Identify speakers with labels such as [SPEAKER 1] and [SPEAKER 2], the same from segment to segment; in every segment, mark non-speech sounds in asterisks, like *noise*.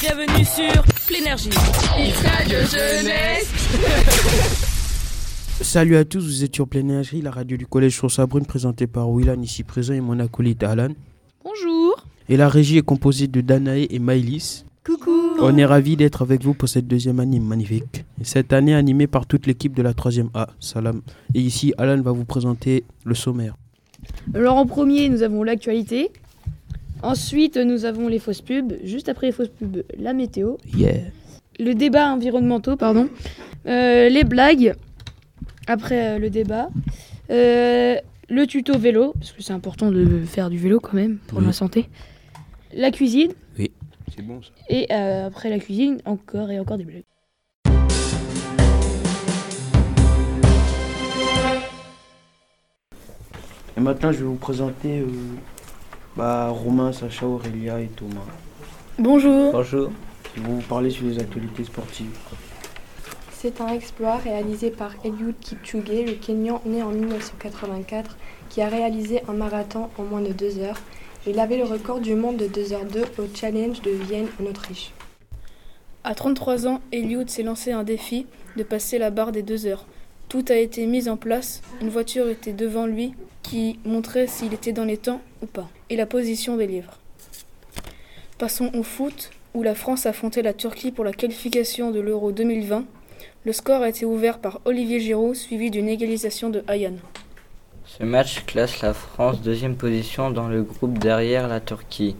[SPEAKER 1] Bienvenue sur Plénergie. Pizza de jeunesse.
[SPEAKER 2] Salut à tous, vous êtes sur Plein Énergie, la radio du collège sur Sabrune, présentée par Willan, ici présent, et mon acolyte Alan.
[SPEAKER 1] Bonjour.
[SPEAKER 2] Et la régie est composée de Danae et Maëlys.
[SPEAKER 1] Coucou.
[SPEAKER 2] On est ravis d'être avec vous pour cette deuxième anime magnifique. Cette année animée par toute l'équipe de la 3ème A, Salam. Et ici, Alan va vous présenter le sommaire.
[SPEAKER 3] Alors en premier, nous avons l'actualité. Ensuite, nous avons les fausses pubs. Juste après les fausses pubs, la météo.
[SPEAKER 2] Yeah.
[SPEAKER 3] Le débat environnementaux, pardon. Euh, les blagues. Après euh, le débat. Euh, le tuto vélo, parce que c'est important de faire du vélo quand même pour
[SPEAKER 2] Oui.
[SPEAKER 3] la santé. La cuisine.
[SPEAKER 2] C'est bon ça.
[SPEAKER 3] Et euh, après la cuisine, encore et encore des blagues.
[SPEAKER 2] Et maintenant, je vais vous présenter euh, bah, Romain, Sacha, Aurélia et Thomas.
[SPEAKER 3] Bonjour.
[SPEAKER 2] Bonjour. Ils vont vous parler sur les actualités sportives.
[SPEAKER 4] C'est un exploit réalisé par Eliud Kipchoge, le Kenyan né en 1984, qui a réalisé un marathon en moins de deux heures. Il avait le record du monde de 2h02 au Challenge de Vienne en Autriche.
[SPEAKER 5] À 33 ans, Eliud s'est lancé un défi de passer la barre des deux heures. Tout a été mis en place. Une voiture était devant lui qui montrait s'il était dans les temps ou pas et la position des livres. Passons au foot où la France affrontait la Turquie pour la qualification de l'Euro 2020. Le score a été ouvert par Olivier Giroud suivi d'une égalisation de Hayan.
[SPEAKER 6] Ce match classe la France deuxième position dans le groupe derrière la Turquie.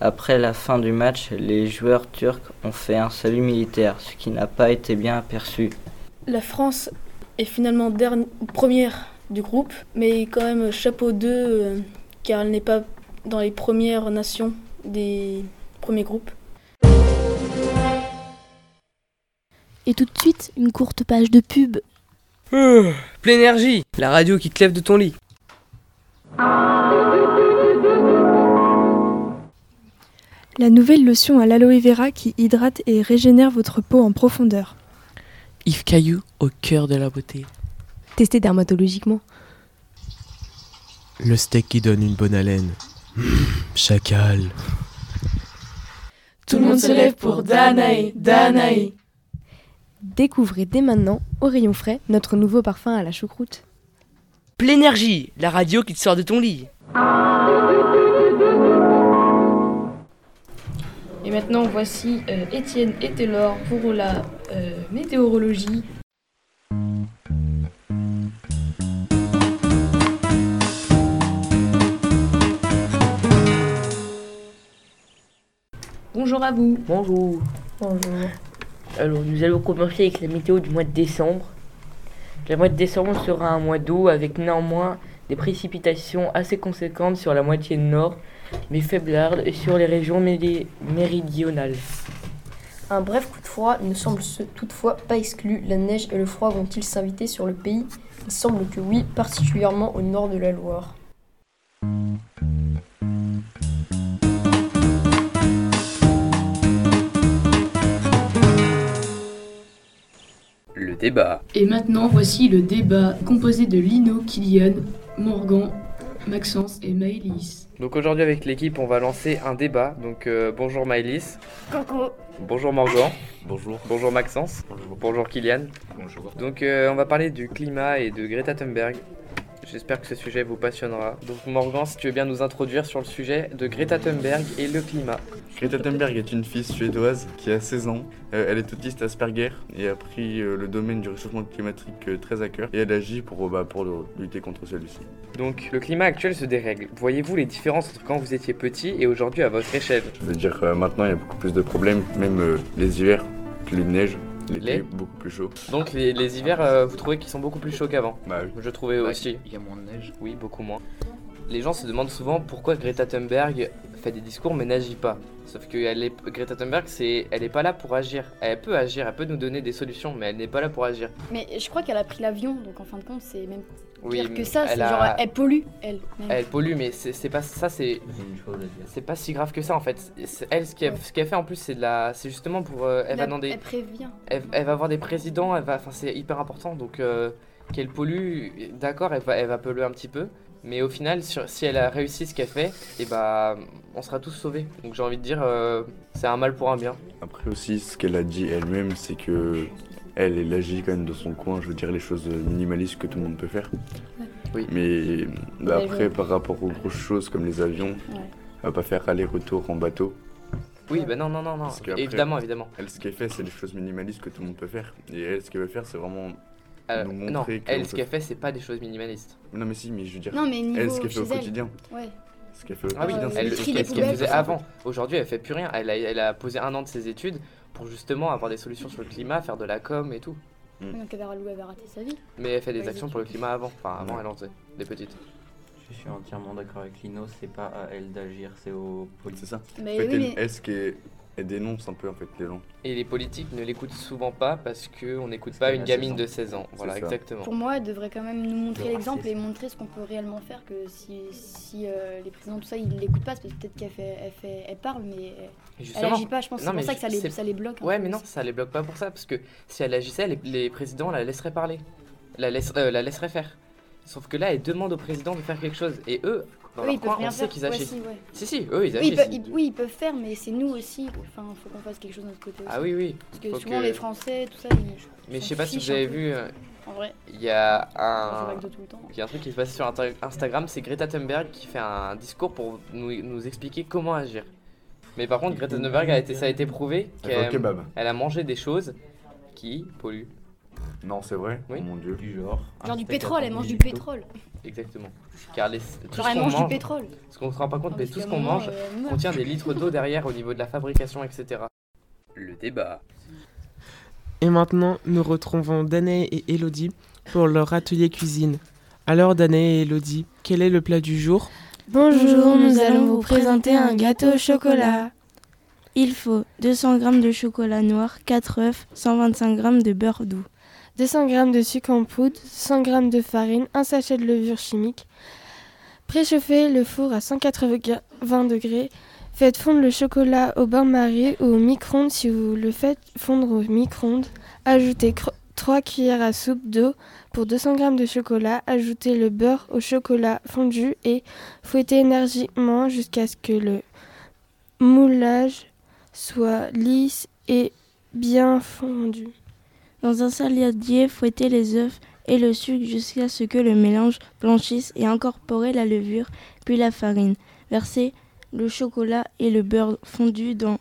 [SPEAKER 6] Après la fin du match, les joueurs turcs ont fait un salut militaire, ce qui n'a pas été bien aperçu.
[SPEAKER 5] La France est finalement derni- première du groupe, mais quand même chapeau 2, euh, car elle n'est pas dans les premières nations des premiers groupes.
[SPEAKER 7] Et tout de suite, une courte page de pub.
[SPEAKER 8] Plénergie, la radio qui te lève de ton lit.
[SPEAKER 9] La nouvelle lotion à l'aloe vera qui hydrate et régénère votre peau en profondeur.
[SPEAKER 8] Yves Caillou, au cœur de la beauté.
[SPEAKER 4] Testé dermatologiquement.
[SPEAKER 10] Le steak qui donne une bonne haleine. Mmh, chacal.
[SPEAKER 9] Tout le monde se lève pour Danae, Danae.
[SPEAKER 4] Découvrez dès maintenant, au rayon frais, notre nouveau parfum à la choucroute.
[SPEAKER 8] Plénergie, la radio qui te sort de ton lit.
[SPEAKER 3] Et maintenant, voici euh, Étienne et Taylor pour la euh, météorologie. Bonjour à vous.
[SPEAKER 11] Bonjour.
[SPEAKER 4] Bonjour.
[SPEAKER 11] Alors, nous allons commencer avec la météo du mois de décembre. Le mois de décembre sera un mois d'eau avec néanmoins des précipitations assez conséquentes sur la moitié nord, mais faiblardes et sur les régions méli- méridionales.
[SPEAKER 4] Un bref coup de froid ne semble ce- toutefois pas exclu. La neige et le froid vont-ils s'inviter sur le pays Il semble que oui, particulièrement au nord de la Loire.
[SPEAKER 8] Le débat.
[SPEAKER 1] Et maintenant, voici le débat composé de Lino, Kylian, Morgan, Maxence et Maëlys.
[SPEAKER 12] Donc aujourd'hui avec l'équipe on va lancer un débat. Donc euh, bonjour Maëlys,
[SPEAKER 1] Coucou.
[SPEAKER 12] bonjour Morgan,
[SPEAKER 13] *laughs* Bonjour.
[SPEAKER 12] bonjour Maxence,
[SPEAKER 13] Bonjour.
[SPEAKER 12] bonjour Kylian.
[SPEAKER 13] Bonjour.
[SPEAKER 12] Donc euh, on va parler du climat et de Greta Thunberg. J'espère que ce sujet vous passionnera. Donc Morgan, si tu veux bien nous introduire sur le sujet de Greta Thunberg et le climat.
[SPEAKER 13] Greta Thunberg est une fille suédoise qui a 16 ans. Euh, elle est autiste Asperger et a pris euh, le domaine du réchauffement climatique euh, très à cœur et elle agit pour, euh, bah, pour le- lutter contre celui-ci.
[SPEAKER 12] Donc le climat actuel se dérègle. Voyez-vous les différences entre quand vous étiez petit et aujourd'hui à votre échelle
[SPEAKER 13] Je veux dire, euh, maintenant il y a beaucoup plus de problèmes, même euh, les hivers, les neiges, l'été,
[SPEAKER 12] Les-
[SPEAKER 13] beaucoup plus chaud.
[SPEAKER 12] Donc les, les hivers, euh, vous trouvez qu'ils sont beaucoup plus chauds qu'avant
[SPEAKER 13] Bah oui.
[SPEAKER 12] Je trouvais aussi.
[SPEAKER 13] Il y a moins de neige.
[SPEAKER 12] Oui, beaucoup moins. Les gens se demandent souvent pourquoi Greta Thunberg fait des discours mais n'agit pas. Sauf que elle est- Greta Thunberg, c'est, elle n'est pas là pour agir. Elle peut agir, elle peut nous donner des solutions, mais elle n'est pas là pour agir.
[SPEAKER 14] Mais je crois qu'elle a pris l'avion, donc en fin de compte, c'est même pire
[SPEAKER 12] mais
[SPEAKER 14] que ça. C'est
[SPEAKER 12] elle a-
[SPEAKER 14] genre, elle pollue, elle. même.
[SPEAKER 12] Elle pollue, mais c'est, c'est pas ça, c'est, c'est pas si grave que ça en fait. C'est- elle, ce qu'elle, ce qu'elle fait en plus, c'est de la, c'est justement pour, euh, elle va
[SPEAKER 14] La-
[SPEAKER 12] dans des,
[SPEAKER 14] Elle prévient.
[SPEAKER 12] elle, elle va avoir des présidents, elle va, enfin c'est hyper important, donc euh, qu'elle pollue, d'accord, elle va, elle va polluer un petit peu, Mais au final, sur- si elle a réussi ce qu'elle fait, et bah, on sera tous sauvés. Donc j'ai envie de dire, euh, c'est un mal pour un bien.
[SPEAKER 13] Après aussi, ce qu'elle a dit elle-même, c'est que elle, elle agit quand même de son coin, je veux dire les choses minimalistes que tout le monde peut faire.
[SPEAKER 12] Oui.
[SPEAKER 13] Mais bah,
[SPEAKER 12] Mais
[SPEAKER 13] après,
[SPEAKER 12] bon.
[SPEAKER 13] par rapport aux grosses choses comme les avions,
[SPEAKER 12] Ouais.
[SPEAKER 13] elle va pas faire aller-retour en bateau.
[SPEAKER 12] Oui, bah non, non, non, non.
[SPEAKER 13] Parce qu'après,
[SPEAKER 12] Évidemment, évidemment.
[SPEAKER 13] Elle, ce qu'elle fait, c'est les choses minimalistes que tout le monde peut faire. Et elle, ce qu'elle veut faire, c'est vraiment
[SPEAKER 12] Euh,
[SPEAKER 13] nous
[SPEAKER 12] non,
[SPEAKER 13] montrer que
[SPEAKER 12] elle,
[SPEAKER 13] on
[SPEAKER 12] ce
[SPEAKER 13] peut-
[SPEAKER 12] qu'elle fait, c'est pas des choses minimalistes.
[SPEAKER 13] Non, mais si, mais je veux dire,
[SPEAKER 14] Non, mais niveau
[SPEAKER 13] elle, ce qu'elle fait au
[SPEAKER 14] chez elle.
[SPEAKER 13] quotidien.
[SPEAKER 14] Ouais.
[SPEAKER 13] Ce qu'elle fait au
[SPEAKER 12] Ah oui,
[SPEAKER 13] quotidien,
[SPEAKER 14] le
[SPEAKER 13] c'est
[SPEAKER 12] elle,
[SPEAKER 13] les
[SPEAKER 12] ce
[SPEAKER 14] tri
[SPEAKER 13] choses
[SPEAKER 14] des
[SPEAKER 12] qu'elle ce qu'elle
[SPEAKER 14] poubelles,
[SPEAKER 12] faisait
[SPEAKER 14] tout ça.
[SPEAKER 12] avant. Aujourd'hui, elle fait plus rien. Elle a, elle a posé un an de ses études pour justement avoir des solutions sur le climat, faire de la com et tout.
[SPEAKER 14] Ouais, Donc elle va elle va rater sa vie.
[SPEAKER 12] Mais elle fait des
[SPEAKER 14] Vas-y.
[SPEAKER 12] actions pour le climat avant. Enfin, avant, elle en faisait des petites.
[SPEAKER 15] Je suis entièrement d'accord avec Lino, c'est pas à elle d'agir, c'est aux
[SPEAKER 13] C'est ça.
[SPEAKER 14] Mais
[SPEAKER 13] En
[SPEAKER 14] oui,
[SPEAKER 13] fait, elle-
[SPEAKER 14] mais-
[SPEAKER 13] elle, ce qu'elle- elle dénonce un peu en fait les gens.
[SPEAKER 12] Et les politiques ne l'écoutent souvent pas parce qu'on n'écoute pas une
[SPEAKER 13] qu'elle a
[SPEAKER 12] gamine
[SPEAKER 13] 16
[SPEAKER 12] de
[SPEAKER 13] ans.
[SPEAKER 12] 16 ans.
[SPEAKER 13] C'est
[SPEAKER 12] Voilà,
[SPEAKER 13] ça.
[SPEAKER 12] exactement.
[SPEAKER 14] Pour moi, elle devrait quand même nous montrer
[SPEAKER 12] Le
[SPEAKER 14] l'exemple et
[SPEAKER 12] racisme.
[SPEAKER 14] montrer ce qu'on peut réellement faire. Que si, si euh, les présidents, tout ça, ils ne l'écoutent pas, c'est parce que peut-être qu'elle fait, elle fait, elle parle, mais
[SPEAKER 12] Et
[SPEAKER 14] elle
[SPEAKER 12] justement-
[SPEAKER 14] agit pas. Je pense que
[SPEAKER 12] Non,
[SPEAKER 14] c'est
[SPEAKER 12] mais
[SPEAKER 14] pour ça que ça les,
[SPEAKER 12] c'est-
[SPEAKER 14] ça les bloque. hein. un
[SPEAKER 12] Ouais,
[SPEAKER 14] peu
[SPEAKER 12] mais non,
[SPEAKER 14] aussi.
[SPEAKER 12] ça les bloque pas pour ça, parce que si elle agissait, les, les présidents la laisseraient parler, la, laisse- euh, la laisseraient faire. Sauf que là, elle demande au président de faire quelque chose, et eux, dans
[SPEAKER 14] Eux,
[SPEAKER 12] leur
[SPEAKER 14] ils peuvent
[SPEAKER 12] coin,
[SPEAKER 14] rien
[SPEAKER 12] on sait
[SPEAKER 14] faire.
[SPEAKER 12] qu'ils
[SPEAKER 14] Ouais,
[SPEAKER 12] agissent.
[SPEAKER 14] si, ouais.
[SPEAKER 12] Si, si, eux, ils
[SPEAKER 14] Oui,
[SPEAKER 12] agissent.
[SPEAKER 14] ils peuvent- ils- oui, ils peuvent faire, mais c'est nous aussi. Enfin, faut qu'on fasse quelque chose de notre côté aussi.
[SPEAKER 12] Ah oui, oui.
[SPEAKER 14] Parce que
[SPEAKER 12] Faut
[SPEAKER 14] souvent,
[SPEAKER 12] que-
[SPEAKER 14] les Français, tout ça, ils.
[SPEAKER 12] Mais je
[SPEAKER 14] s'en
[SPEAKER 12] sais pas si
[SPEAKER 14] fichent
[SPEAKER 12] vous avez
[SPEAKER 14] un peu.
[SPEAKER 12] vu, euh,
[SPEAKER 14] En vrai.
[SPEAKER 12] il y a
[SPEAKER 14] Ils
[SPEAKER 12] un...
[SPEAKER 14] mangent McDo tout le temps.
[SPEAKER 12] Il y a un truc qui se passe sur Inter- Instagram, c'est Greta Thunberg qui fait un discours pour nous, nous expliquer comment agir. Mais par contre, Greta Thunberg, a été, ça a été prouvé
[SPEAKER 13] Elle bah, va au kebab.
[SPEAKER 12] elle a mangé des choses qui polluent.
[SPEAKER 13] Non, c'est vrai. Oh
[SPEAKER 12] Oui.
[SPEAKER 13] Mon dieu. Du genre.
[SPEAKER 14] Genre du pétrole, elle mange du pétrole.
[SPEAKER 12] Exactement. Car les, tout
[SPEAKER 14] Genre,
[SPEAKER 12] ce
[SPEAKER 14] elle
[SPEAKER 12] qu'on
[SPEAKER 14] mange du
[SPEAKER 12] mange,
[SPEAKER 14] pétrole.
[SPEAKER 12] ce qu'on se rend pas compte,
[SPEAKER 14] Ah,
[SPEAKER 12] mais
[SPEAKER 14] parce
[SPEAKER 12] Bah,
[SPEAKER 14] qu'à
[SPEAKER 12] tout ce
[SPEAKER 14] un
[SPEAKER 12] qu'on
[SPEAKER 14] moment,
[SPEAKER 12] mange
[SPEAKER 14] euh, elle meurt.
[SPEAKER 12] contient des litres d'eau derrière au niveau de la fabrication, etc. Le débat.
[SPEAKER 16] Et maintenant, nous retrouvons Danay et Elodie pour leur atelier cuisine. Alors, Danay et Elodie, quel est le plat du jour
[SPEAKER 7] Bonjour, nous allons vous présenter un gâteau au chocolat. Il faut 200 g de chocolat noir, 4 œufs, 125 g de beurre doux.
[SPEAKER 17] 200 g de sucre en poudre, 100 g de farine, un sachet de levure chimique. Préchauffez le four à 180 degrés. Faites fondre le chocolat au bain-marie ou au micro-ondes si vous le faites fondre au micro-ondes. Ajoutez 3 cuillères à soupe d'eau pour 200 g de chocolat. Ajoutez le beurre au chocolat fondu et fouettez énergiquement jusqu'à ce que le moulage soit lisse et bien fondu.
[SPEAKER 7] Dans un saladier, fouettez les œufs et le sucre jusqu'à ce que le mélange blanchisse et incorporez la levure, puis la farine. Versez le chocolat et le beurre fondu dans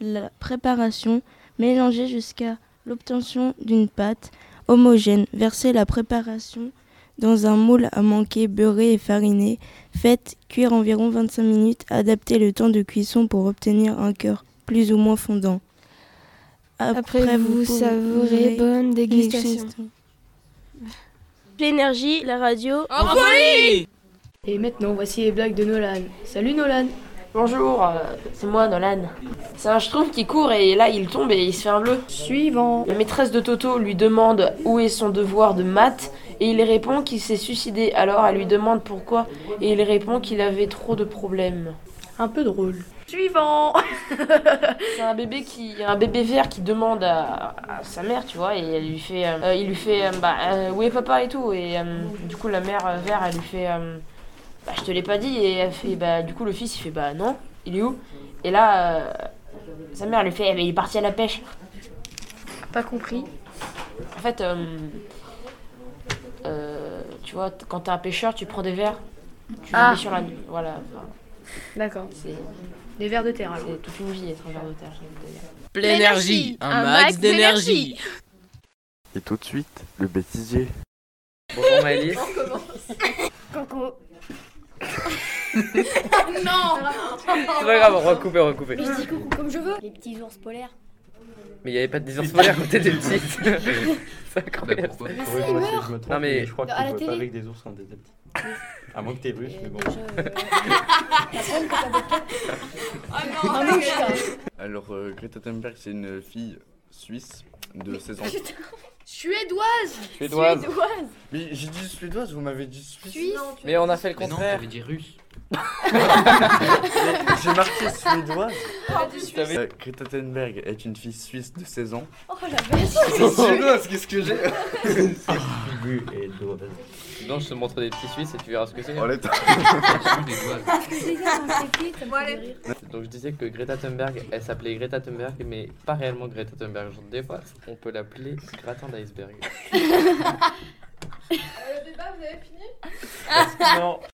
[SPEAKER 7] la préparation. Mélangez jusqu'à l'obtention d'une pâte homogène. Versez la préparation dans un moule à manquer beurré et fariné. Faites cuire environ 25 minutes. Adaptez le temps de cuisson pour obtenir un cœur plus ou moins fondant.
[SPEAKER 17] Après, vous
[SPEAKER 7] pouvez-
[SPEAKER 17] savourez. Bonne dégustation.
[SPEAKER 7] L'énergie, la radio.
[SPEAKER 17] En folie
[SPEAKER 1] Et maintenant, voici les blagues de Nolan. Salut Nolan
[SPEAKER 18] Bonjour, euh, c'est moi Nolan. C'est un schtroumpf qui court et là il tombe et il se fait un bleu. Suivant. La maîtresse de Toto lui demande où est son devoir de maths et il répond qu'il s'est suicidé. Alors elle lui demande pourquoi et il répond qu'il avait trop de problèmes. Un peu drôle. Suivant C'est un bébé qui un bébé vert qui demande à, à sa mère, tu vois, et elle lui fait euh, euh, il lui fait euh, bah euh, où est papa et tout et euh, du coup la mère euh, vert elle lui fait euh, bah je te l'ai pas dit et elle fait bah du coup le fils il fait bah non, il est où Et là euh, sa mère lui fait eh, mais il est parti à la pêche. Pas compris. En fait euh, euh, tu vois t- quand t'es un pêcheur, tu prends des verres, tu les
[SPEAKER 3] Ah.
[SPEAKER 18] mets sur la voilà. enfin,
[SPEAKER 3] D'accord.
[SPEAKER 18] c'est
[SPEAKER 3] Des vers de terre alors.
[SPEAKER 18] c'est toute une vie être un verre de terre. j'ai envie de dire.
[SPEAKER 8] Plénergie, un max d'énergie.
[SPEAKER 10] Et tout de suite, le bêtisier.
[SPEAKER 14] *laughs*
[SPEAKER 12] Bonjour Maëlys.
[SPEAKER 10] On
[SPEAKER 14] Coco.
[SPEAKER 19] non
[SPEAKER 12] C'est pas grave, on recouper, recouper.
[SPEAKER 19] Mais je dis coucou comme je veux. Les petits ours polaires.
[SPEAKER 12] *laughs* Mais il n'y avait pas de désir *laughs* scolaire quand t'étais petite. *laughs* C'est incroyable.
[SPEAKER 19] Mais si, il meurt.
[SPEAKER 12] Non mais.
[SPEAKER 15] je crois
[SPEAKER 19] À la
[SPEAKER 15] que tu
[SPEAKER 19] télé. Euh,
[SPEAKER 15] pas avec des ours quand t'étais petit. À moins que t'es russe, mais bon.
[SPEAKER 19] Un mouche, quoi.
[SPEAKER 13] Alors, euh, Greta Thunberg, c'est une fille suisse de 16 ans.
[SPEAKER 19] Ah, Putain. Suédoise
[SPEAKER 13] Suédoise. Mais j'ai dit suédoise, vous m'avez dit suisse.
[SPEAKER 19] Suisse.
[SPEAKER 12] Mais on a fait le contraire.
[SPEAKER 15] dit russe.
[SPEAKER 13] J'ai marqué suédoise.
[SPEAKER 19] Ah, des Suisses.
[SPEAKER 13] Euh, Greta Thunberg est une fille suisse de 16 ans.
[SPEAKER 19] Oh la vache
[SPEAKER 13] C'est *laughs* suédoise, qu'est-ce
[SPEAKER 19] *laughs*
[SPEAKER 13] que j'ai *laughs*
[SPEAKER 12] Non, je te montre des petits Suisses et tu verras ce que c'est.
[SPEAKER 13] Oh, les temps.
[SPEAKER 19] Parce que déjà, quand j'étais petite, ça me faisait rire.
[SPEAKER 12] Donc je disais que Greta Thunberg, elle s'appelait Greta Thunberg, mais pas réellement Greta Thunberg. Genre, des fois, on peut l'appeler gratin d'iceberg.
[SPEAKER 19] Le débat, vous avez fini
[SPEAKER 11] Non.